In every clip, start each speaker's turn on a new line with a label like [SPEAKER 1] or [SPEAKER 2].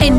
[SPEAKER 1] En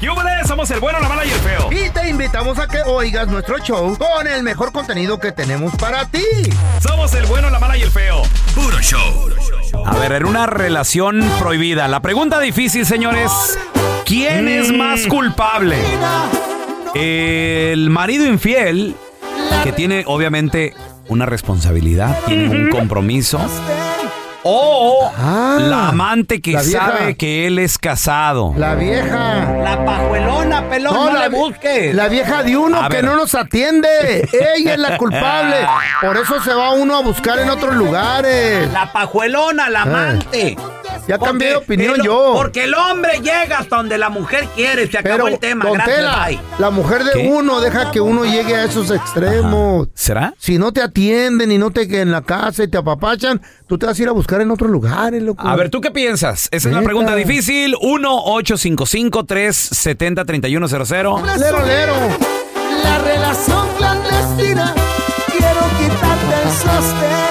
[SPEAKER 2] ¡Yúbales! Somos el bueno, la mala y el feo.
[SPEAKER 3] Y te invitamos a que oigas nuestro show con el mejor contenido que tenemos para ti.
[SPEAKER 2] Somos el bueno, la mala y el feo. Puro show.
[SPEAKER 4] A ver, en una relación prohibida. La pregunta difícil, señores. ¿Quién
[SPEAKER 2] Mm.
[SPEAKER 4] es más culpable? ¿El marido infiel, que tiene obviamente una responsabilidad, tiene un compromiso? ¿O la amante que
[SPEAKER 3] Ah, la vieja.
[SPEAKER 4] sabe que él es casado?
[SPEAKER 3] La vieja.
[SPEAKER 5] La pajuelona, pelón, no,
[SPEAKER 3] la
[SPEAKER 5] le
[SPEAKER 3] vi-
[SPEAKER 5] busques.
[SPEAKER 3] La vieja de uno
[SPEAKER 4] A
[SPEAKER 3] que
[SPEAKER 4] ver.
[SPEAKER 3] no nos atiende. Ella es la culpable. Por eso se va uno a buscar en otros lugares. Ah.
[SPEAKER 5] La pajuelona, la amante.
[SPEAKER 3] Ya
[SPEAKER 5] Porque
[SPEAKER 3] cambié de opinión
[SPEAKER 5] el-
[SPEAKER 3] yo.
[SPEAKER 5] Porque el hombre llega hasta donde la mujer quiere. Se acabó
[SPEAKER 3] Pero,
[SPEAKER 5] el tema.
[SPEAKER 3] don
[SPEAKER 5] Gracias,
[SPEAKER 3] Tela,
[SPEAKER 5] bye.
[SPEAKER 3] la mujer de
[SPEAKER 4] ¿Qué?
[SPEAKER 3] uno deja que uno llegue a esos extremos.
[SPEAKER 4] ¿Será?
[SPEAKER 3] Si no te atienden y no te que en la casa y te apapachan, tú te vas a ir a buscar en otros lugares, loco.
[SPEAKER 4] A ver, ¿tú qué piensas? Esa es la
[SPEAKER 3] Neta.
[SPEAKER 4] pregunta difícil. 1-855-370-3100.
[SPEAKER 3] Lero, lero.
[SPEAKER 6] La relación clandestina. Quiero quitarte el sostén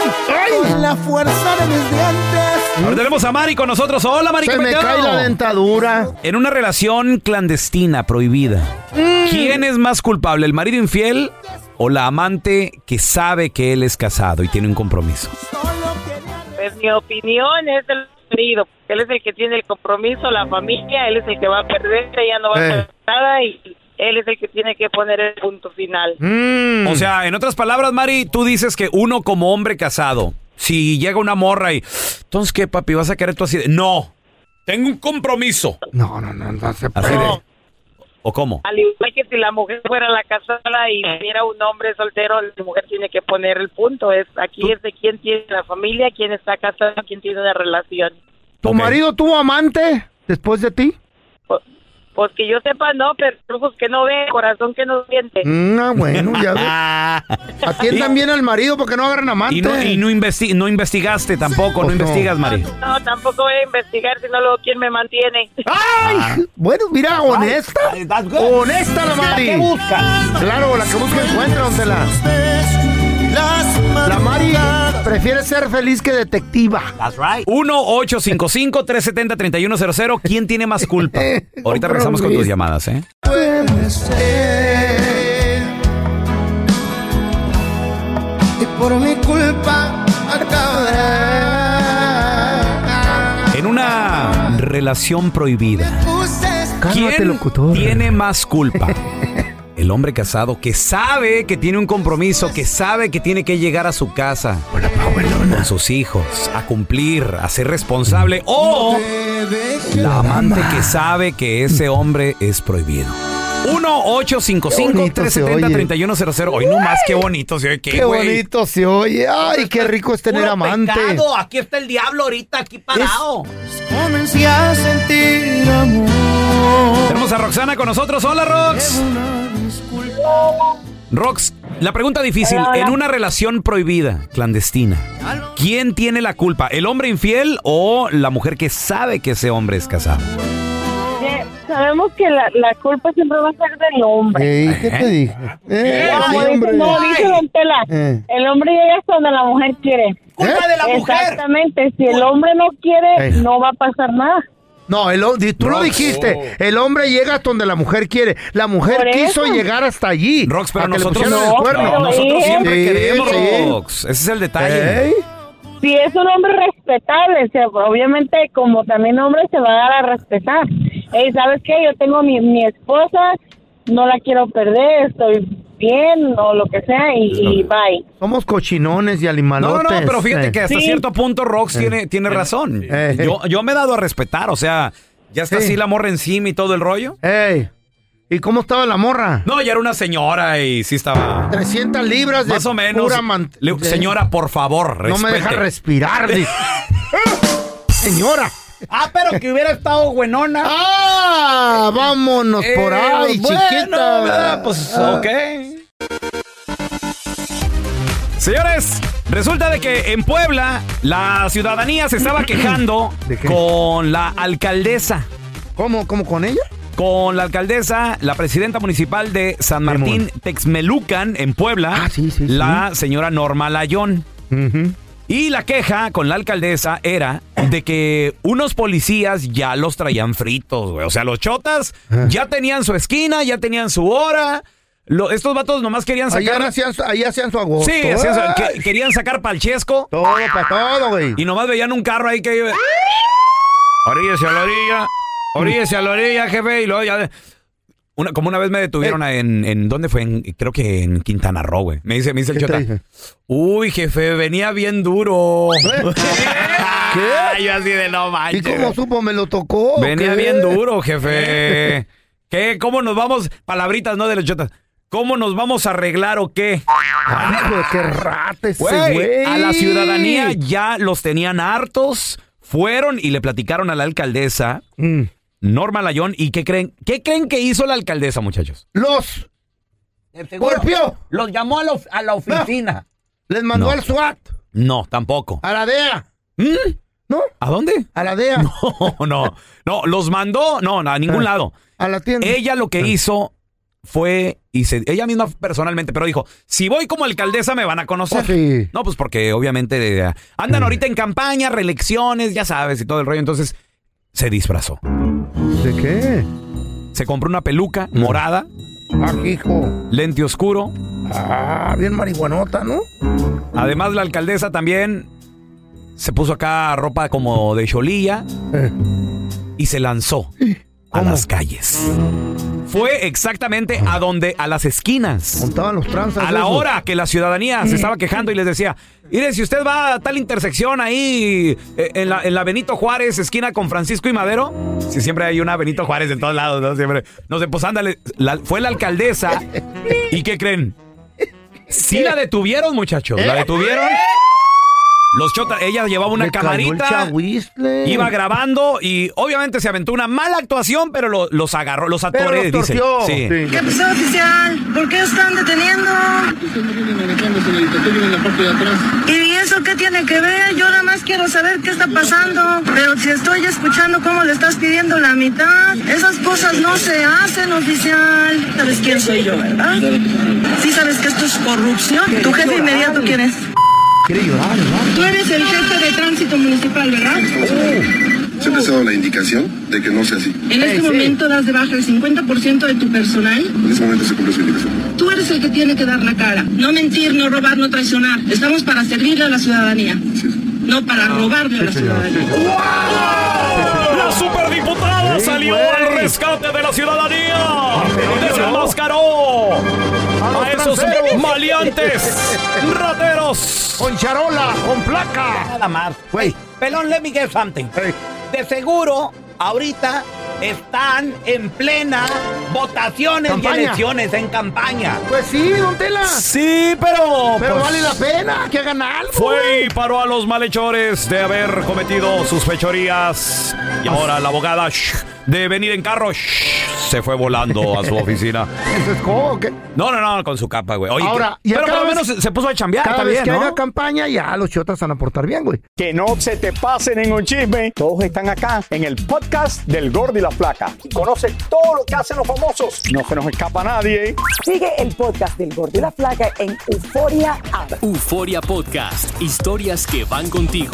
[SPEAKER 6] con la fuerza de mis dientes.
[SPEAKER 4] Ahora tenemos a Mari con nosotros. Hola, Mari.
[SPEAKER 3] Se
[SPEAKER 4] ¿qué
[SPEAKER 3] me
[SPEAKER 4] peteo?
[SPEAKER 3] cae la dentadura.
[SPEAKER 4] En una relación clandestina, prohibida,
[SPEAKER 3] Mm.
[SPEAKER 4] ¿quién es más culpable, el marido infiel o la amante que sabe que él es casado y tiene un compromiso?
[SPEAKER 7] Pues mi opinión es el marido, porque él es el que tiene el compromiso, la familia, él es el que va a perder, ella no va
[SPEAKER 3] Eh.
[SPEAKER 7] a hacer nada y él es el que tiene que poner el punto final.
[SPEAKER 3] Mm.
[SPEAKER 4] O sea, en otras palabras, Mari, tú dices que uno como hombre casado, si llega una morra y, entonces, ¿qué, papi? ¿Vas a querer tú así? de-?" No, tengo un compromiso.
[SPEAKER 3] No, no, no, no se
[SPEAKER 4] Así
[SPEAKER 3] puede.
[SPEAKER 4] de- ¿O cómo?
[SPEAKER 7] Al igual que si la mujer fuera la casada y viniera un hombre soltero, la mujer tiene que poner el punto. Es aquí es de quién tiene la familia, quién está casado, quién tiene una relación.
[SPEAKER 3] ¿Tu
[SPEAKER 4] Ok.
[SPEAKER 3] marido tuvo amante después de ti?
[SPEAKER 7] Pues que yo sepa, no, pero ojos que no ve, corazón que no siente.
[SPEAKER 4] Eh.
[SPEAKER 3] No, Mm, ah, bueno, ya ves. Atiendan bien al marido porque no agarran amante.
[SPEAKER 4] Y no, y no, investi- no investigaste tampoco, no
[SPEAKER 3] Pues no.
[SPEAKER 4] investigas, Mari.
[SPEAKER 7] No, tampoco voy a investigar, sino luego quién me mantiene. Ah.
[SPEAKER 3] ¡Ay! Bueno, mira, honesta.
[SPEAKER 5] Ay, that's good.
[SPEAKER 3] Honesta la Mari.
[SPEAKER 5] ¿Qué buscas?
[SPEAKER 3] Claro, la que busca encuentra, don Tela. La Mari prefiere ser feliz que detectiva.
[SPEAKER 5] That's right.
[SPEAKER 4] 1-855-370-3100. ¿Quién tiene más culpa? Ahorita regresamos con tus llamadas, ¿eh?
[SPEAKER 6] Y por mi culpa acabará.
[SPEAKER 4] En una relación prohibida,
[SPEAKER 6] Puse
[SPEAKER 3] Cálmate,
[SPEAKER 4] ¿quién
[SPEAKER 3] locutor.
[SPEAKER 4] tiene más culpa? El hombre casado que sabe que tiene un compromiso, que sabe que tiene que llegar a su casa con sus hijos, a cumplir, a ser responsable, o la amante que sabe que ese hombre es prohibido. 1-855-370-3100. Hoy no más, qué bonito se oye. Qué,
[SPEAKER 3] Qué
[SPEAKER 4] güey.
[SPEAKER 3] bonito se oye. Ay, qué rico es tener
[SPEAKER 5] Puro
[SPEAKER 3] amante.
[SPEAKER 5] pecado. Aquí está el diablo ahorita, aquí parado.
[SPEAKER 6] comencé a sentir amor.
[SPEAKER 4] Tenemos a Roxana con nosotros. Hola, Rox. Rox, la pregunta difícil.
[SPEAKER 7] Hola, hola.
[SPEAKER 4] En una relación prohibida, clandestina, ¿quién tiene la culpa? ¿El hombre infiel o la mujer que sabe que ese hombre es casado?
[SPEAKER 7] Eh, sabemos que la, la culpa siempre va a ser del hombre.
[SPEAKER 3] Ey, ¿Qué te dije? Eh, sí,
[SPEAKER 7] Como dice,
[SPEAKER 3] hombre.
[SPEAKER 7] no, dice Don Tela,
[SPEAKER 3] Eh.
[SPEAKER 7] el hombre llega hasta donde la mujer quiere.
[SPEAKER 5] Culpa
[SPEAKER 3] ¿Eh?
[SPEAKER 5] de la mujer.
[SPEAKER 7] Exactamente, si el hombre no quiere,
[SPEAKER 3] Ey.
[SPEAKER 7] no va a pasar nada.
[SPEAKER 3] No, el, hom- di- tú lo
[SPEAKER 4] Rox.
[SPEAKER 3] dijiste. El hombre llega hasta donde la mujer quiere. La mujer
[SPEAKER 7] Por
[SPEAKER 3] quiso
[SPEAKER 7] eso.
[SPEAKER 3] llegar hasta allí.
[SPEAKER 4] Rox, pero
[SPEAKER 3] a que le
[SPEAKER 4] nosotros,
[SPEAKER 3] pusieran el
[SPEAKER 7] No,
[SPEAKER 3] cuerno.
[SPEAKER 7] pero
[SPEAKER 4] nosotros
[SPEAKER 7] él-
[SPEAKER 4] siempre
[SPEAKER 3] Sí,
[SPEAKER 4] queremos,
[SPEAKER 3] sí.
[SPEAKER 4] Rox. Ese es el detalle.
[SPEAKER 3] Ey.
[SPEAKER 7] Si es un hombre respetable, o sea, obviamente como también hombre se va a dar a respetar. Ey, ¿sabes qué? Yo tengo mi, mi esposa, no la quiero perder, estoy bien o lo que sea y, y bye.
[SPEAKER 3] Somos cochinones y
[SPEAKER 4] No, no,
[SPEAKER 3] animalotes.
[SPEAKER 4] no, pero fíjate
[SPEAKER 3] eh.
[SPEAKER 4] que hasta
[SPEAKER 7] Sí.
[SPEAKER 4] cierto punto Rox tiene, tiene razón.
[SPEAKER 3] Eh.
[SPEAKER 4] Yo, yo me he dado a respetar, o sea, ya está
[SPEAKER 3] Sí.
[SPEAKER 4] así la morra encima y todo el rollo.
[SPEAKER 3] Ey, ¿y cómo estaba la morra?
[SPEAKER 4] No, ya era una señora y sí estaba.
[SPEAKER 3] 300 libras de
[SPEAKER 4] Más o menos.
[SPEAKER 3] pura man-
[SPEAKER 4] Le-
[SPEAKER 3] de-
[SPEAKER 4] señora, por favor,
[SPEAKER 3] No me deja
[SPEAKER 4] respete.
[SPEAKER 3] respirar. dice. Señora.
[SPEAKER 5] Ah, pero que hubiera estado buenona.
[SPEAKER 3] ¡Ah! Vámonos por
[SPEAKER 4] Eh,
[SPEAKER 3] ahí,
[SPEAKER 4] bueno,
[SPEAKER 3] chiquita. Ah.
[SPEAKER 4] ¿verdad? Pues, ok. Señores, resulta de que en Puebla la ciudadanía se estaba quejando
[SPEAKER 3] ¿De qué?
[SPEAKER 4] con la alcaldesa.
[SPEAKER 3] ¿Cómo, cómo con ella?
[SPEAKER 4] Con la alcaldesa, la presidenta municipal de San Martín, Texmelucan, en Puebla,
[SPEAKER 3] Ah, sí, sí,
[SPEAKER 4] la señora Norma Layón. Y la queja con la alcaldesa era de que unos policías ya los traían fritos, güey. O sea, los chotas
[SPEAKER 3] Ah.
[SPEAKER 4] ya tenían su esquina, ya tenían su hora. Lo- estos vatos nomás querían
[SPEAKER 3] Allá
[SPEAKER 4] sacar.
[SPEAKER 3] hacían, ahí hacían su agosto.
[SPEAKER 4] Sí, hacían su-
[SPEAKER 3] Ay,
[SPEAKER 4] que- querían sacar palchesco
[SPEAKER 3] Todo para todo, güey.
[SPEAKER 4] y nomás veían un carro ahí que. Oríllese a la orilla, oríllese a la orilla, jefe. Y luego ya. Una, como una vez me
[SPEAKER 3] Eh.
[SPEAKER 4] detuvieron en, en. ¿Dónde fue? En- creo que en Quintana Roo, güey. Me dice, me dice el
[SPEAKER 3] ¿Qué te
[SPEAKER 4] chota.
[SPEAKER 3] dice?
[SPEAKER 4] Uy, jefe, venía bien duro. ¿Qué? Yo así de no
[SPEAKER 3] ¿Y
[SPEAKER 4] manches.
[SPEAKER 3] cómo Pues, supo? Me lo tocó.
[SPEAKER 4] venía
[SPEAKER 3] ¿qué?
[SPEAKER 4] bien duro, jefe. ¿Qué? ¿Cómo nos vamos? Palabritas, no de los chotas. ¿Cómo nos vamos a arreglar o qué?
[SPEAKER 3] Ay, hijo de Ah, qué rata ese
[SPEAKER 4] Güey,
[SPEAKER 3] güey.
[SPEAKER 4] a la ciudadanía ya los tenían hartos. Fueron y le platicaron a la alcaldesa,
[SPEAKER 3] Mm.
[SPEAKER 4] Norma Layón, y ¿qué creen? ¿Qué creen que hizo la alcaldesa, muchachos?
[SPEAKER 3] Los
[SPEAKER 5] De seguro
[SPEAKER 3] golpeó.
[SPEAKER 5] Los llamó a, la of- a la oficina.
[SPEAKER 3] Les mandó
[SPEAKER 4] No.
[SPEAKER 3] al SWAT.
[SPEAKER 4] No, tampoco.
[SPEAKER 3] A la DEA.
[SPEAKER 4] ¿Mm?
[SPEAKER 3] ¿No?
[SPEAKER 4] ¿A dónde?
[SPEAKER 3] A la DEA.
[SPEAKER 4] No, no, no, los mandó, no, no, a ningún
[SPEAKER 3] Ah.
[SPEAKER 4] lado.
[SPEAKER 3] A la tienda. Ah.
[SPEAKER 4] Ella lo que hizo fue, y se- ella misma personalmente, pero dijo, si voy como alcaldesa me van a conocer.
[SPEAKER 3] Oh, sí.
[SPEAKER 4] No, pues porque obviamente eh, andan ahorita en campaña, reelecciones, ya sabes, y todo el rollo. Entonces se disfrazó.
[SPEAKER 3] ¿De qué?
[SPEAKER 4] Se compró una peluca morada,
[SPEAKER 3] Ah, hijo.
[SPEAKER 4] lente oscuro.
[SPEAKER 3] Ah, bien marihuanota, ¿no?
[SPEAKER 4] Además la alcaldesa también se puso acá ropa como de cholilla
[SPEAKER 3] Eh.
[SPEAKER 4] y se lanzó a
[SPEAKER 3] ¿Cómo?
[SPEAKER 4] las calles. Fue exactamente a donde, a las esquinas.
[SPEAKER 3] Montaban los tranzas.
[SPEAKER 4] a la
[SPEAKER 3] esos. Eh.
[SPEAKER 4] hora que la ciudadanía se estaba quejando y les decía, mire, si usted va a tal intersección ahí, eh, en la, en la Benito Juárez, esquina con Francisco y Madero, si siempre hay una Benito Juárez en todos lados, ¿no? Siempre. No sé, pues ándale, la- fue la alcaldesa. ¿Y qué creen? Sí
[SPEAKER 8] Eh.
[SPEAKER 4] la detuvieron, muchachos, la detuvieron. Los chotas, ella llevaba una
[SPEAKER 3] Le cayó el eh.
[SPEAKER 4] camarita,
[SPEAKER 3] chahuizle.
[SPEAKER 4] iba grabando y obviamente se aventó una mala actuación, pero lo- los agarró, los
[SPEAKER 3] Pero
[SPEAKER 4] atoré,
[SPEAKER 3] los torció.
[SPEAKER 4] dicen. Sí.
[SPEAKER 3] Sí.
[SPEAKER 8] ¿Qué pasó, oficial? ¿Por qué están deteniendo? ¿Y eso qué tiene que ver? Yo nada más quiero saber qué está pasando. Pero si estoy escuchando cómo le estás pidiendo la mitad, esas cosas no se hacen, oficial. ¿Sabes quién soy yo, verdad? Sí sabes que esto es corrupción. ¿Tu jefe inmediato quién es?
[SPEAKER 3] Quiere llorar, ¿no?
[SPEAKER 8] Tú eres el jefe de tránsito municipal, ¿verdad?
[SPEAKER 4] Oh.
[SPEAKER 9] Se les ha dado la indicación de que no sea así.
[SPEAKER 8] En este momento das de baja el 50% de tu personal
[SPEAKER 9] En ese momento se cumple su indicación.
[SPEAKER 8] Tú eres el que tiene que dar la cara. No mentir, no robar, no traicionar. Estamos para servirle a la ciudadanía. No para
[SPEAKER 3] Ah,
[SPEAKER 8] robarle a la ciudadanía.
[SPEAKER 4] La superdiputada salió al rescate de la ciudadanía. Desenmascaró a esos maleantes, rateros.
[SPEAKER 3] Con charola, con placa.
[SPEAKER 5] Nada más.
[SPEAKER 3] Güey.
[SPEAKER 5] Pelón, let me get something.
[SPEAKER 3] Ey.
[SPEAKER 5] De seguro, ahorita están en plena votaciones
[SPEAKER 3] Campaña.
[SPEAKER 5] y elecciones en campaña.
[SPEAKER 3] Pues sí, don Tela.
[SPEAKER 4] Sí, pero.
[SPEAKER 3] Pero
[SPEAKER 4] pues,
[SPEAKER 3] vale la pena que hagan algo.
[SPEAKER 4] Fue y paró a los malhechores de haber cometido sus fechorías. Y ahora la abogada shh, de venir en carro shh, se fue volando a su oficina.
[SPEAKER 3] Eso es como que
[SPEAKER 4] No, no, no, con su capa, güey. Oye,
[SPEAKER 3] Ahora,
[SPEAKER 4] que-
[SPEAKER 3] y a
[SPEAKER 4] pero por
[SPEAKER 3] cada
[SPEAKER 4] lo
[SPEAKER 3] vez-
[SPEAKER 4] menos se, se puso a chambear
[SPEAKER 3] cada vez
[SPEAKER 4] también,
[SPEAKER 3] que
[SPEAKER 4] ¿no?
[SPEAKER 3] haga campaña, ya los chotas van a portar bien, güey.
[SPEAKER 10] Que no se te pasen en un chisme. Todos están acá en el podcast del Gordi y la Flaca. Y conoce todo lo que hacen los famosos. No se nos escapa nadie.
[SPEAKER 11] Sigue el podcast del Gordo y la Flaca en Euforia App.
[SPEAKER 2] Euforia Podcast. Historias que van contigo.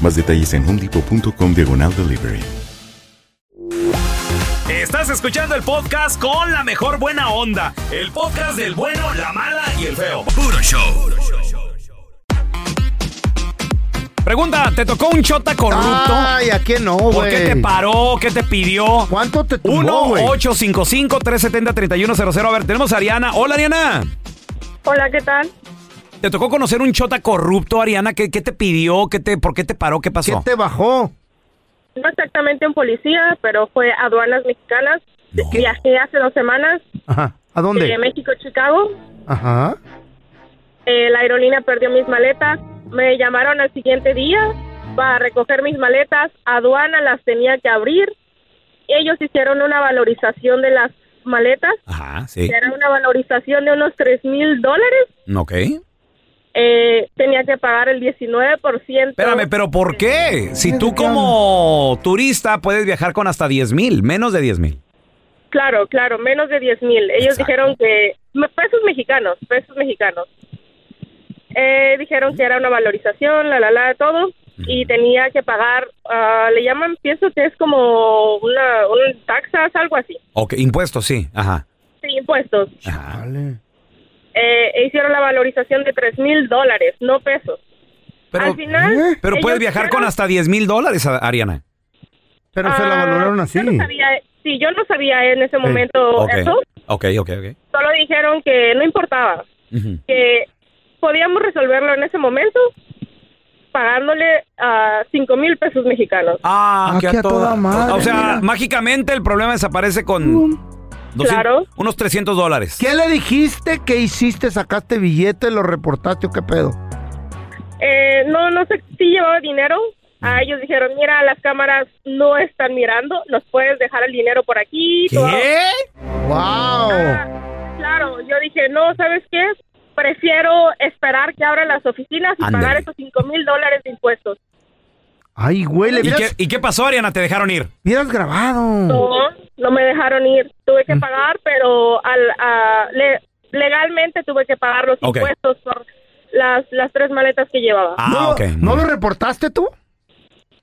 [SPEAKER 12] Más detalles en homedepot.com diagonal delivery.
[SPEAKER 2] Estás escuchando el podcast con la mejor buena onda. El podcast del bueno, la mala y el feo. Puro show.
[SPEAKER 4] Pregunta, ¿te tocó un chota corrupto?
[SPEAKER 3] Ay, ¿a qué no, güey?
[SPEAKER 4] ¿Por qué te paró? ¿Qué te pidió?
[SPEAKER 3] ¿Cuánto te tumbó, güey?
[SPEAKER 4] 1-855-370-3100. A ver, tenemos a Ariana. Hola, Ariana.
[SPEAKER 13] Hola, ¿qué tal?
[SPEAKER 4] ¿Te tocó conocer un chota corrupto, Ariana? ¿Qué, qué te pidió? ¿Qué te, ¿Por qué te paró? ¿Qué pasó?
[SPEAKER 3] ¿Qué te bajó?
[SPEAKER 13] No exactamente un policía, pero fue a aduanas mexicanas. Viajé hace dos semanas
[SPEAKER 3] Ajá. ¿A
[SPEAKER 13] de
[SPEAKER 3] dónde?
[SPEAKER 13] México a Chicago.
[SPEAKER 3] Ajá.
[SPEAKER 13] Eh, la aerolínea perdió mis maletas. Me llamaron al siguiente día para recoger mis maletas. Aduana las tenía que abrir. Ellos hicieron una valorización de las maletas.
[SPEAKER 4] Ajá, sí.
[SPEAKER 13] que Era una valorización de unos tres mil dólares.
[SPEAKER 4] Ok.
[SPEAKER 13] Eh, tenía que pagar el 19%.
[SPEAKER 4] Espérame, pero ¿por qué? Si tú como turista puedes viajar con hasta 10 mil, menos de 10 mil.
[SPEAKER 13] Claro, claro, menos de 10 mil. Ellos dijeron que... me- Pesos mexicanos, pesos mexicanos. Eh, dijeron que era una valorización, la, la, la, todo. Y tenía que pagar, ah, le llaman, pienso que es como una, un taxas, algo así.
[SPEAKER 4] Ok, impuestos, sí. Ajá.
[SPEAKER 13] Sí, impuestos. Eh, e hicieron la valorización de 3 mil dólares, no pesos.
[SPEAKER 4] Pero,
[SPEAKER 13] Al final,
[SPEAKER 4] pero
[SPEAKER 13] ellos
[SPEAKER 4] puedes viajar con hasta 10 mil dólares, a- Ariana.
[SPEAKER 3] Pero
[SPEAKER 13] se la Ah, valoraron Eh,
[SPEAKER 4] así. Eh,
[SPEAKER 13] yo no sabía, sí, yo no sabía en ese momento
[SPEAKER 4] Ok,
[SPEAKER 13] eso.
[SPEAKER 4] ok, ok. ok.
[SPEAKER 13] Solo dijeron que no importaba.
[SPEAKER 4] Ujú.
[SPEAKER 13] que podíamos resolverlo en ese momento pagándole a cinco mil pesos mexicanos.
[SPEAKER 4] Ah, que a toda- O sea, mágicamente el problema desaparece con 200
[SPEAKER 3] Claro.
[SPEAKER 4] unos 300 dólares.
[SPEAKER 3] ¿Qué le dijiste? ¿Qué hiciste? ¿Sacaste billete? ¿Lo reportaste o qué pedo?
[SPEAKER 13] Eh, no, no sé si llevaba dinero.
[SPEAKER 4] Mm.
[SPEAKER 13] A ellos dijeron, mira, las cámaras no están mirando, nos puedes dejar el dinero por aquí.
[SPEAKER 3] ¿Qué?
[SPEAKER 13] todo". Ah,
[SPEAKER 3] ¡Wow!
[SPEAKER 13] Claro, yo dije, no, ¿sabes qué? Prefiero esperar que abran las oficinas y
[SPEAKER 4] Ándale.
[SPEAKER 13] pagar esos cinco mil dólares de impuestos.
[SPEAKER 3] Ay, güey, le
[SPEAKER 4] ¿Y qué,
[SPEAKER 3] hubieras,
[SPEAKER 4] y qué pasó, Ariana? ¿Te dejaron ir?
[SPEAKER 3] hubieras
[SPEAKER 4] Mm.
[SPEAKER 3] grabado.
[SPEAKER 13] No, no me dejaron ir. Tuve que pagar, pero al, a- le- legalmente tuve que pagar los
[SPEAKER 4] Ok.
[SPEAKER 13] impuestos por las, las tres maletas que llevaba.
[SPEAKER 4] Ah, ok.
[SPEAKER 3] ¿No lo reportaste tú?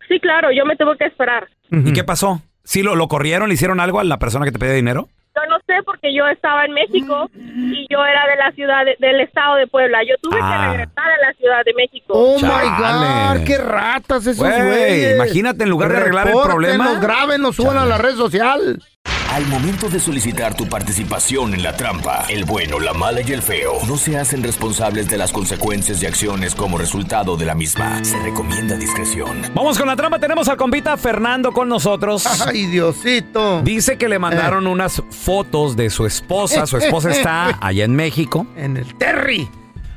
[SPEAKER 13] Sí, claro, yo me tuve que esperar.
[SPEAKER 4] ¿Y qué pasó? ¿Sí lo, lo corrieron? ¿Le hicieron algo a la persona que te pedía dinero?
[SPEAKER 13] Yo no sé porque yo estaba en México y yo era de la ciudad, de- del estado de Puebla. Yo tuve
[SPEAKER 4] Ah.
[SPEAKER 13] que regresar a la ciudad de México.
[SPEAKER 3] Oh my
[SPEAKER 4] Chale.
[SPEAKER 3] God, qué ratas esos
[SPEAKER 4] Eh. Güey,
[SPEAKER 3] güeyes.
[SPEAKER 4] imagínate, en lugar de arreglar el problema-
[SPEAKER 3] Repórtenos, grábenos, suban a la red social.
[SPEAKER 14] Al momento de solicitar tu participación en la trampa, el bueno, la mala y el feo no se hacen responsables de las consecuencias y acciones como resultado de la misma. Se recomienda discreción.
[SPEAKER 4] Vamos con la trampa. Tenemos al compita Fernando con nosotros.
[SPEAKER 3] Ay, Diosito. Eh.
[SPEAKER 4] Dice que le mandaron unas fotos de su esposa. Su esposa está allá en México.
[SPEAKER 3] En el Terry.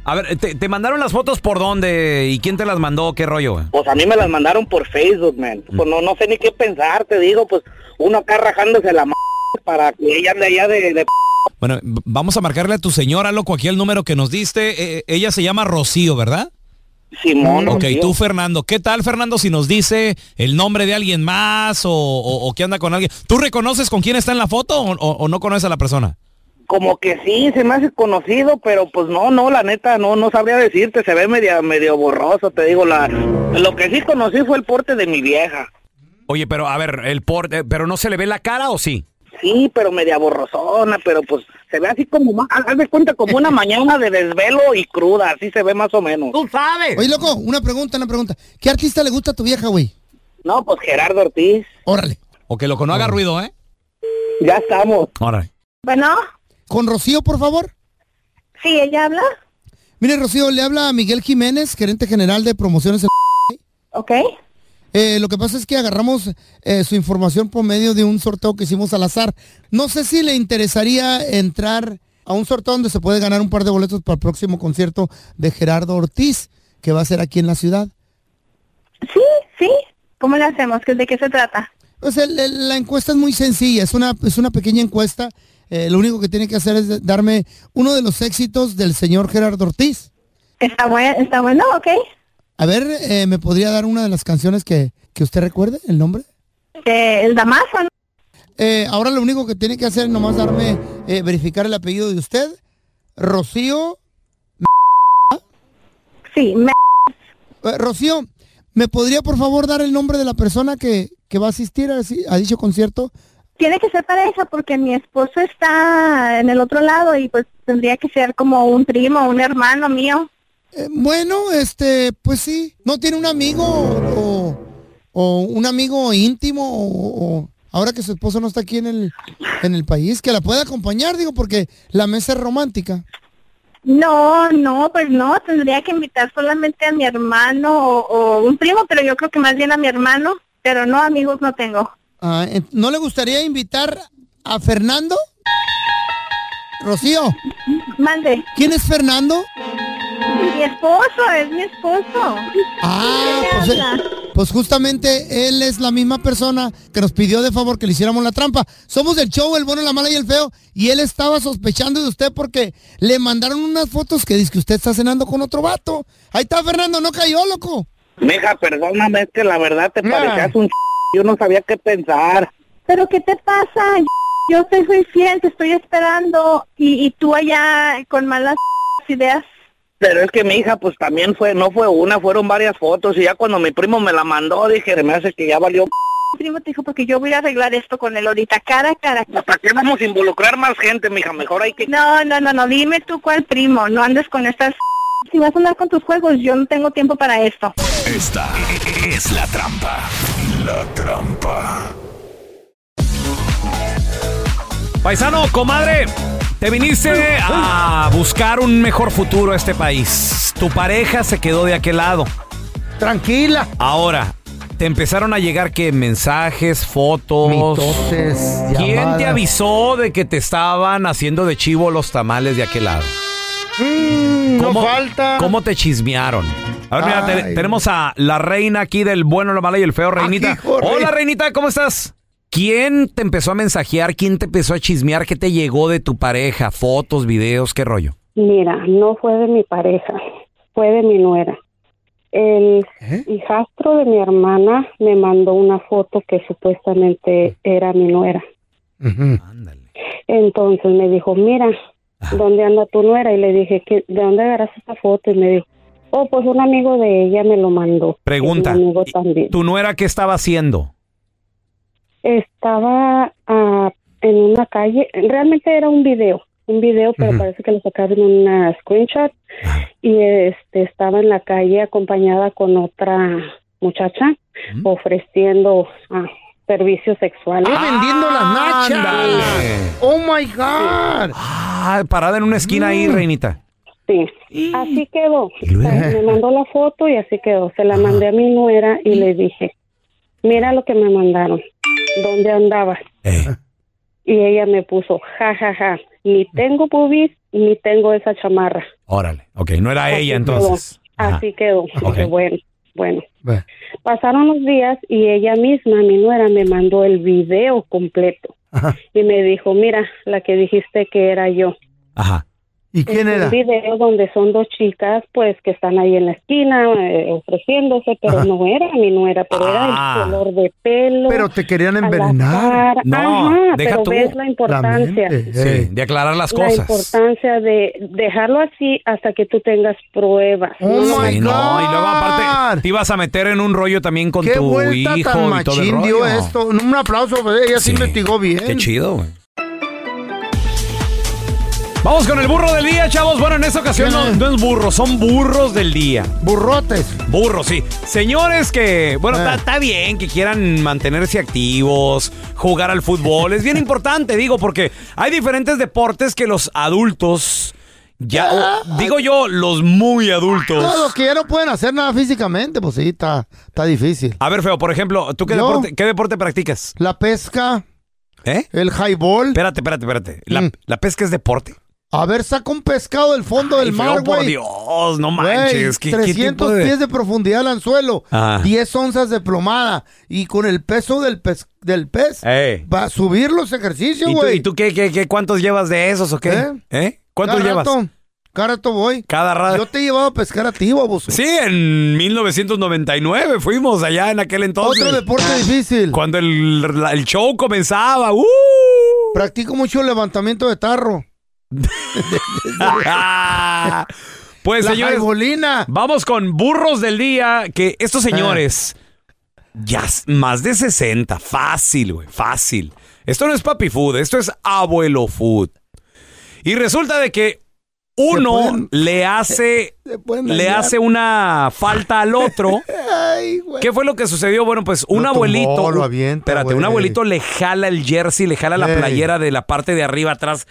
[SPEAKER 4] A ver, ¿te, te mandaron las fotos por dónde? ¿Y quién te las mandó? ¿Qué rollo? güey?
[SPEAKER 15] Pues a mí me las mandaron por Facebook, man. Pues no, no sé ni qué pensar, te digo, pues uno acá rajándose la m para que ella ande allá de, de p-
[SPEAKER 16] Bueno, v- vamos a marcarle a tu señora, loco, aquí el número que nos diste. Eh, ella se llama Rocío, ¿verdad?
[SPEAKER 15] Simón.
[SPEAKER 16] Ok,
[SPEAKER 15] Rocío.
[SPEAKER 16] tú, Fernando. ¿Qué tal, Fernando, si nos dice el nombre de alguien más o, o- o que anda con alguien? ¿Tú reconoces con quién está en la foto o, o- o no conoces a la persona?
[SPEAKER 15] Como que sí, se me hace conocido, pero pues no, no, la neta, no, no sabría decirte, se ve media, medio borroso, te digo, la, lo que sí conocí fue el porte de mi vieja.
[SPEAKER 4] Oye, pero a ver, el por, eh, ¿pero no se le ve la cara o sí?
[SPEAKER 15] Sí, pero media borrosona, pero pues se ve así como, más- haz haz de cuenta, como una mañana de desvelo y cruda, así se ve más o menos.
[SPEAKER 5] ¡Tú sabes!
[SPEAKER 17] Oye, loco, una pregunta, una pregunta. ¿Qué artista le gusta a tu vieja, güey?
[SPEAKER 15] No, pues Gerardo Ortiz.
[SPEAKER 3] Órale.
[SPEAKER 16] O que loco no haga ruido, ¿eh?
[SPEAKER 15] Ya estamos.
[SPEAKER 16] Órale.
[SPEAKER 17] Bueno,
[SPEAKER 3] Con Rocío, por favor.
[SPEAKER 17] Sí, ella habla.
[SPEAKER 3] Mire, Rocío, le habla a Miguel Jiménez, gerente general de promociones. Eh,
[SPEAKER 17] Ok.
[SPEAKER 3] lo que pasa es que agarramos eh, su información por medio de un sorteo que hicimos al azar. No sé si le interesaría entrar a un sorteo donde se puede ganar un par de boletos para el próximo concierto de Gerardo Ortiz, que va a ser aquí en la ciudad.
[SPEAKER 17] Sí, sí. ¿Cómo le hacemos? ¿De qué se trata?
[SPEAKER 3] Pues el- el- la encuesta es muy sencilla, es una, es una pequeña encuesta. Eh, lo único que tiene que hacer es de- darme uno de los éxitos del señor Gerardo Ortiz.
[SPEAKER 17] Está, buen, está bueno, ok.
[SPEAKER 3] A ver, eh, ¿me podría dar una de las canciones que, que usted recuerde, el nombre?
[SPEAKER 17] Eh,
[SPEAKER 3] Eh,
[SPEAKER 17] el Damaso.
[SPEAKER 3] ahora lo único que tiene que hacer es nomás darme, eh, verificar el apellido de usted. Rocío.
[SPEAKER 17] Sí,
[SPEAKER 3] Eh, Rocío, ¿me podría por favor dar el nombre de la persona que, que va a asistir a, a dicho concierto?
[SPEAKER 17] Tiene que ser pareja porque mi esposo está en el otro lado y pues tendría que ser como un primo, un hermano mío.
[SPEAKER 3] Eh, bueno, este, pues sí. ¿No tiene un amigo o, o- o un amigo íntimo o, o- ahora que su esposo no está aquí en el, en el país, que la pueda acompañar? Digo, porque la mesa es romántica.
[SPEAKER 17] No, no, pues no, tendría que invitar solamente a mi hermano o, o un primo, pero yo creo que más bien a mi hermano, pero no amigos no tengo.
[SPEAKER 3] Ah, ent- ¿No le gustaría invitar a Fernando? Rocío.
[SPEAKER 17] Mande.
[SPEAKER 3] ¿Quién es Fernando?
[SPEAKER 17] Mi esposo, es mi esposo.
[SPEAKER 3] Ah, pues, eh, pues justamente él es la misma persona que nos pidió de favor que le hiciéramos la trampa. Somos del show El Bueno, la Mala y el Feo y él estaba sospechando de usted porque le mandaron unas fotos que dice que usted está cenando con otro vato. Ahí está Fernando, no cayó, loco.
[SPEAKER 15] Meja, perdóname, es que la verdad te parecías un ch... Yo no sabía qué pensar.
[SPEAKER 17] Pero ¿qué te pasa? Yo te soy fiel, te estoy esperando y, y tú allá con malas ideas.
[SPEAKER 15] Pero es que mi hija, pues también fue, no fue una, fueron varias fotos. Y ya cuando mi primo me la mandó, dije, se me hace que ya valió.
[SPEAKER 17] Mi primo te dijo porque yo voy a arreglar esto con él ahorita, cara a cara.
[SPEAKER 15] ¿Para qué vamos a involucrar más gente, mija? Mejor hay que.
[SPEAKER 17] No, no, no, no, dime tú cuál primo, no andes con estas... Si vas a andar con tus juegos, yo no tengo tiempo para esto.
[SPEAKER 14] Esta es la trampa. La trampa.
[SPEAKER 4] Paisano, comadre, te viniste a buscar un mejor futuro a este país. Tu pareja se quedó de aquel lado.
[SPEAKER 3] Tranquila.
[SPEAKER 4] Ahora, te empezaron a llegar qué mensajes, fotos.
[SPEAKER 3] Mitotes,
[SPEAKER 4] ¿Quién
[SPEAKER 3] llamadas.
[SPEAKER 4] te avisó de que te estaban haciendo de chivo los tamales de aquel lado?
[SPEAKER 3] no falta.
[SPEAKER 4] ¿Cómo te chismearon? A ver, mira, te-
[SPEAKER 3] Ay. Ah,
[SPEAKER 4] tenemos a la reina aquí del bueno, lo malo y el feo, reinita. Hola, reinita, ¿cómo estás? ¿Quién te empezó a mensajear? ¿Quién te empezó a chismear? ¿Qué te llegó de tu pareja? ¿Fotos, videos? ¿Qué rollo?
[SPEAKER 18] Mira, no fue de mi pareja, fue de mi nuera. El hijastro de mi hermana me mandó una foto que supuestamente era mi nuera. Entonces me dijo, mira, ¿dónde anda tu nuera? Y le dije, "¿Qué- ¿de dónde agarras esta foto? Y me dijo, oh, pues un amigo de ella me lo mandó.
[SPEAKER 4] Pregunta.
[SPEAKER 18] Un amigo también.
[SPEAKER 4] ¿Tu nuera qué estaba haciendo?
[SPEAKER 18] Estaba ah, en una calle, realmente era un video, un video, pero parece que lo sacaron en una screenshot
[SPEAKER 3] Ah.
[SPEAKER 18] y este estaba en la calle acompañada con otra muchacha ofreciendo ah, servicios sexuales.
[SPEAKER 3] vendiendo las nachas. Oh my God.
[SPEAKER 4] Ah, parada en una esquina ahí,
[SPEAKER 3] Mm.
[SPEAKER 4] reinita.
[SPEAKER 18] Sí, así quedó. Me mandó la foto y así quedó. Se la mandé a mi nuera y le dije, mira lo que me mandaron, ¿dónde andabas? Y ella me puso, ja, ja, ja, ni tengo pubis ni tengo esa chamarra.
[SPEAKER 4] Órale. Ok, no era ella entonces.
[SPEAKER 18] Quedó. Así quedó. Dije, Bueno, bueno.
[SPEAKER 3] Bueno.
[SPEAKER 18] Pasaron los días y ella misma, mi nuera, me mandó el video completo. Y me dijo, mira, la que dijiste que era yo.
[SPEAKER 4] Ajá.
[SPEAKER 3] ¿Y quién
[SPEAKER 18] un video donde son dos chicas, pues, que están ahí en la esquina eh, ofreciéndose, pero
[SPEAKER 3] Ajá.
[SPEAKER 18] no era mi nuera, pero
[SPEAKER 3] Ah.
[SPEAKER 18] era el color de pelo.
[SPEAKER 3] Pero te querían
[SPEAKER 18] al
[SPEAKER 3] envenenar.
[SPEAKER 18] azar.
[SPEAKER 4] No,
[SPEAKER 18] Ajá,
[SPEAKER 4] deja
[SPEAKER 18] pero
[SPEAKER 4] tú.
[SPEAKER 18] ves la importancia.
[SPEAKER 3] eh.
[SPEAKER 4] Sí, de aclarar las
[SPEAKER 18] la
[SPEAKER 4] cosas.
[SPEAKER 18] importancia de dejarlo así hasta que tú tengas pruebas.
[SPEAKER 4] Oh,
[SPEAKER 18] No,
[SPEAKER 4] Sí, no, y luego aparte te ibas a meter en un rollo también con
[SPEAKER 3] Qué
[SPEAKER 4] tu
[SPEAKER 3] vuelta
[SPEAKER 4] hijo
[SPEAKER 3] tan
[SPEAKER 4] y todo el
[SPEAKER 3] machín
[SPEAKER 4] rollo.
[SPEAKER 3] dio esto. Un aplauso, pues, ella sí, investigó bien.
[SPEAKER 4] Qué chido, güey. Vamos con el burro del día, chavos. Bueno, en esta ocasión no, no es burro, son burros del día.
[SPEAKER 3] Burrotes. Eh.
[SPEAKER 4] Burros, sí. Señores que, bueno, está- está bien que quieran mantenerse activos, jugar al fútbol. Es bien importante, digo, porque hay diferentes deportes que los adultos, ya,
[SPEAKER 3] Ah.
[SPEAKER 4] o, digo yo, los muy adultos.
[SPEAKER 3] No, los que ya no pueden hacer nada físicamente, pues sí, está, está difícil.
[SPEAKER 4] A ver, Feo, por ejemplo, ¿tú qué,
[SPEAKER 3] Yo-
[SPEAKER 4] deporte, qué deporte practicas?
[SPEAKER 3] La pesca,
[SPEAKER 4] ¿Eh?
[SPEAKER 3] el highball. Mm.
[SPEAKER 4] Espérate, espérate, espérate. ¿La, la pesca es deporte?
[SPEAKER 3] A ver, saca un pescado del fondo del
[SPEAKER 4] Ay, Feo,
[SPEAKER 3] mar,
[SPEAKER 4] por
[SPEAKER 3] güey.
[SPEAKER 4] Dios, no
[SPEAKER 3] Güey,
[SPEAKER 4] manches. ¿qué- qué
[SPEAKER 3] 300
[SPEAKER 4] tipo de-
[SPEAKER 3] pies de profundidad al anzuelo,
[SPEAKER 4] Ah.
[SPEAKER 3] 10 onzas de plomada y con el peso del pez, del pez
[SPEAKER 4] Ey.
[SPEAKER 3] va a subir los ejercicios,
[SPEAKER 4] ¿Y tú,
[SPEAKER 3] güey.
[SPEAKER 4] y tú qué, qué, qué- cuántos llevas de esos o qué?
[SPEAKER 3] ¿Eh?
[SPEAKER 4] ¿Eh? ¿Cuántos
[SPEAKER 3] Cada
[SPEAKER 4] llevas?
[SPEAKER 3] rato, cada rato voy.
[SPEAKER 4] Cada rato.
[SPEAKER 3] Yo te he llevado a pescar a ti, baboso.
[SPEAKER 4] Sí, en 1999 fuimos allá en aquel entonces.
[SPEAKER 3] Otro deporte difícil.
[SPEAKER 4] Cuando el, la- el show comenzaba. ¡uh!
[SPEAKER 3] Practico mucho levantamiento de tarro.
[SPEAKER 4] pues,
[SPEAKER 3] La
[SPEAKER 4] señores, vamos con burros del día. Que estos señores,
[SPEAKER 3] Ah.
[SPEAKER 4] ya s- más de 60, fácil, güey, fácil. Esto no es papi food, esto es abuelo food. Y resulta de que uno
[SPEAKER 16] pueden-
[SPEAKER 4] le
[SPEAKER 3] Eh,
[SPEAKER 4] hace,
[SPEAKER 16] se pueden
[SPEAKER 4] le
[SPEAKER 16] dañar.
[SPEAKER 4] hace una falta al otro. ¿Qué fue lo que sucedió? Bueno, pues un
[SPEAKER 3] Lo
[SPEAKER 4] abuelito.
[SPEAKER 3] tumbó, lo
[SPEAKER 4] un-
[SPEAKER 3] avienta,
[SPEAKER 4] espérate, un
[SPEAKER 3] güey.
[SPEAKER 4] abuelito le jala el jersey, le jala la
[SPEAKER 3] Ey.
[SPEAKER 4] playera de la parte de arriba atrás.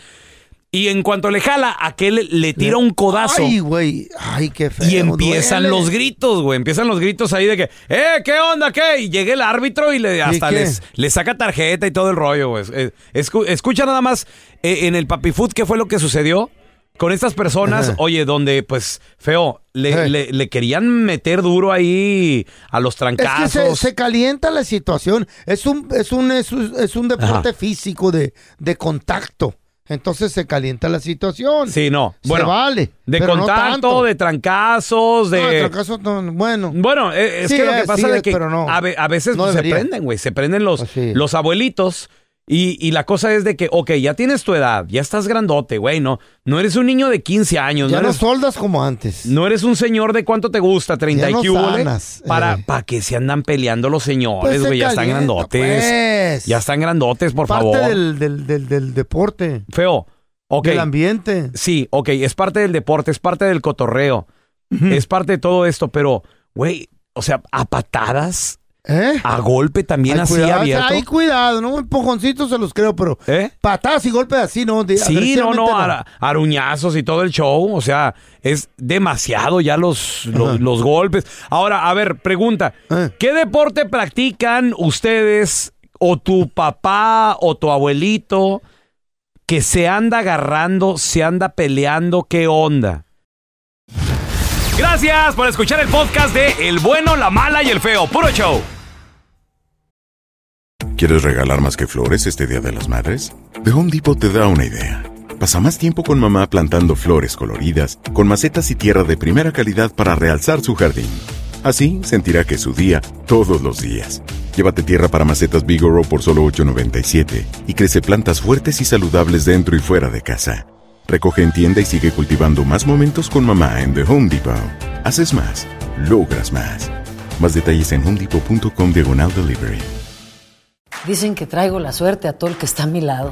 [SPEAKER 4] Y en cuanto le jala, aquel le tira un codazo.
[SPEAKER 3] Ay, güey. Ay, qué feo.
[SPEAKER 4] Y empiezan
[SPEAKER 3] duele.
[SPEAKER 4] los gritos, güey. Empiezan los gritos ahí de que, ¡eh, qué onda, qué! Y llega el árbitro y le hasta
[SPEAKER 3] qué?
[SPEAKER 4] les, le saca tarjeta y todo el rollo, güey. Eh, escu- escucha nada más eh, en el Papifut qué fue lo que sucedió con estas personas. Oye, donde, pues, feo, le, le- le querían meter duro ahí a los
[SPEAKER 3] Es que
[SPEAKER 4] trancazos.
[SPEAKER 3] se, se calienta la situación. Es un, es un, es un, es un deporte físico de, de contacto. Entonces se calienta la situación.
[SPEAKER 4] Sí, no.
[SPEAKER 3] Se
[SPEAKER 4] bueno,
[SPEAKER 3] vale.
[SPEAKER 4] De
[SPEAKER 3] pero no
[SPEAKER 4] contacto,
[SPEAKER 3] tanto.
[SPEAKER 4] de trancazos, de.
[SPEAKER 3] No, de trancazos no, bueno.
[SPEAKER 4] Bueno, Eh, Es que lo que pasa es que a, ve- a veces
[SPEAKER 3] No
[SPEAKER 4] pues, se
[SPEAKER 3] debería.
[SPEAKER 4] prenden, güey. Se prenden los, los abuelitos. Y, y la cosa es de que, ok, ya tienes tu edad, ya estás grandote, güey, no, no eres un niño de 15 años,
[SPEAKER 3] Ya
[SPEAKER 4] no,
[SPEAKER 3] no,
[SPEAKER 4] eres,
[SPEAKER 3] soldas como antes.
[SPEAKER 4] no eres un señor de cuánto te gusta, 30
[SPEAKER 3] Ya
[SPEAKER 4] y
[SPEAKER 3] no
[SPEAKER 4] qué hubole,
[SPEAKER 3] sanas, Eh.
[SPEAKER 4] para, para que se andan peleando los
[SPEAKER 3] Pues
[SPEAKER 4] señores,
[SPEAKER 3] se
[SPEAKER 4] güey, ya están
[SPEAKER 3] calienta,
[SPEAKER 4] grandotes,
[SPEAKER 3] pues.
[SPEAKER 4] ya están grandotes, por
[SPEAKER 3] Parte
[SPEAKER 4] favor.
[SPEAKER 3] del, del, del, del deporte.
[SPEAKER 4] Feo. ok.
[SPEAKER 3] Del ambiente.
[SPEAKER 4] Sí, ok, es parte del deporte, es parte del cotorreo, es parte de todo esto, pero, güey, o sea, a patadas, a golpe también
[SPEAKER 3] ¿Eh? Ay,
[SPEAKER 4] así
[SPEAKER 3] cuidado,
[SPEAKER 4] abierto. ¿Eh?
[SPEAKER 3] Ay, cuidado, ¿no? Empujoncitos se los creo, pero patadas y golpes así, ¿no? De-
[SPEAKER 4] Sí, no, no,
[SPEAKER 3] agresivamente
[SPEAKER 4] ara- aruñazos y todo el show. O sea, es demasiado ya los, lo- los, golpes. Ahora, a ver, pregunta. ¿Qué deporte practican ustedes o tu papá o tu abuelito que se anda agarrando, se anda peleando? ¿Qué onda? Gracias por escuchar el podcast de El Bueno, la Mala y el Feo. Puro show.
[SPEAKER 12] ¿Quieres regalar más que flores este Día de las Madres? The Home Depot te da una idea. Pasa más tiempo con mamá plantando flores coloridas, con macetas y tierra de primera calidad para realzar su jardín. Así sentirá que es su día todos los días. Llévate tierra para macetas Bigoro por solo $8.97 y crece plantas fuertes y saludables dentro y fuera de casa. Recoge en tienda y sigue cultivando más momentos con mamá en The Home Depot. Haces más, logras más. Más detalles en homedepot.com diagonal delivery.
[SPEAKER 19] Dicen que traigo la suerte a todo el que está a mi lado.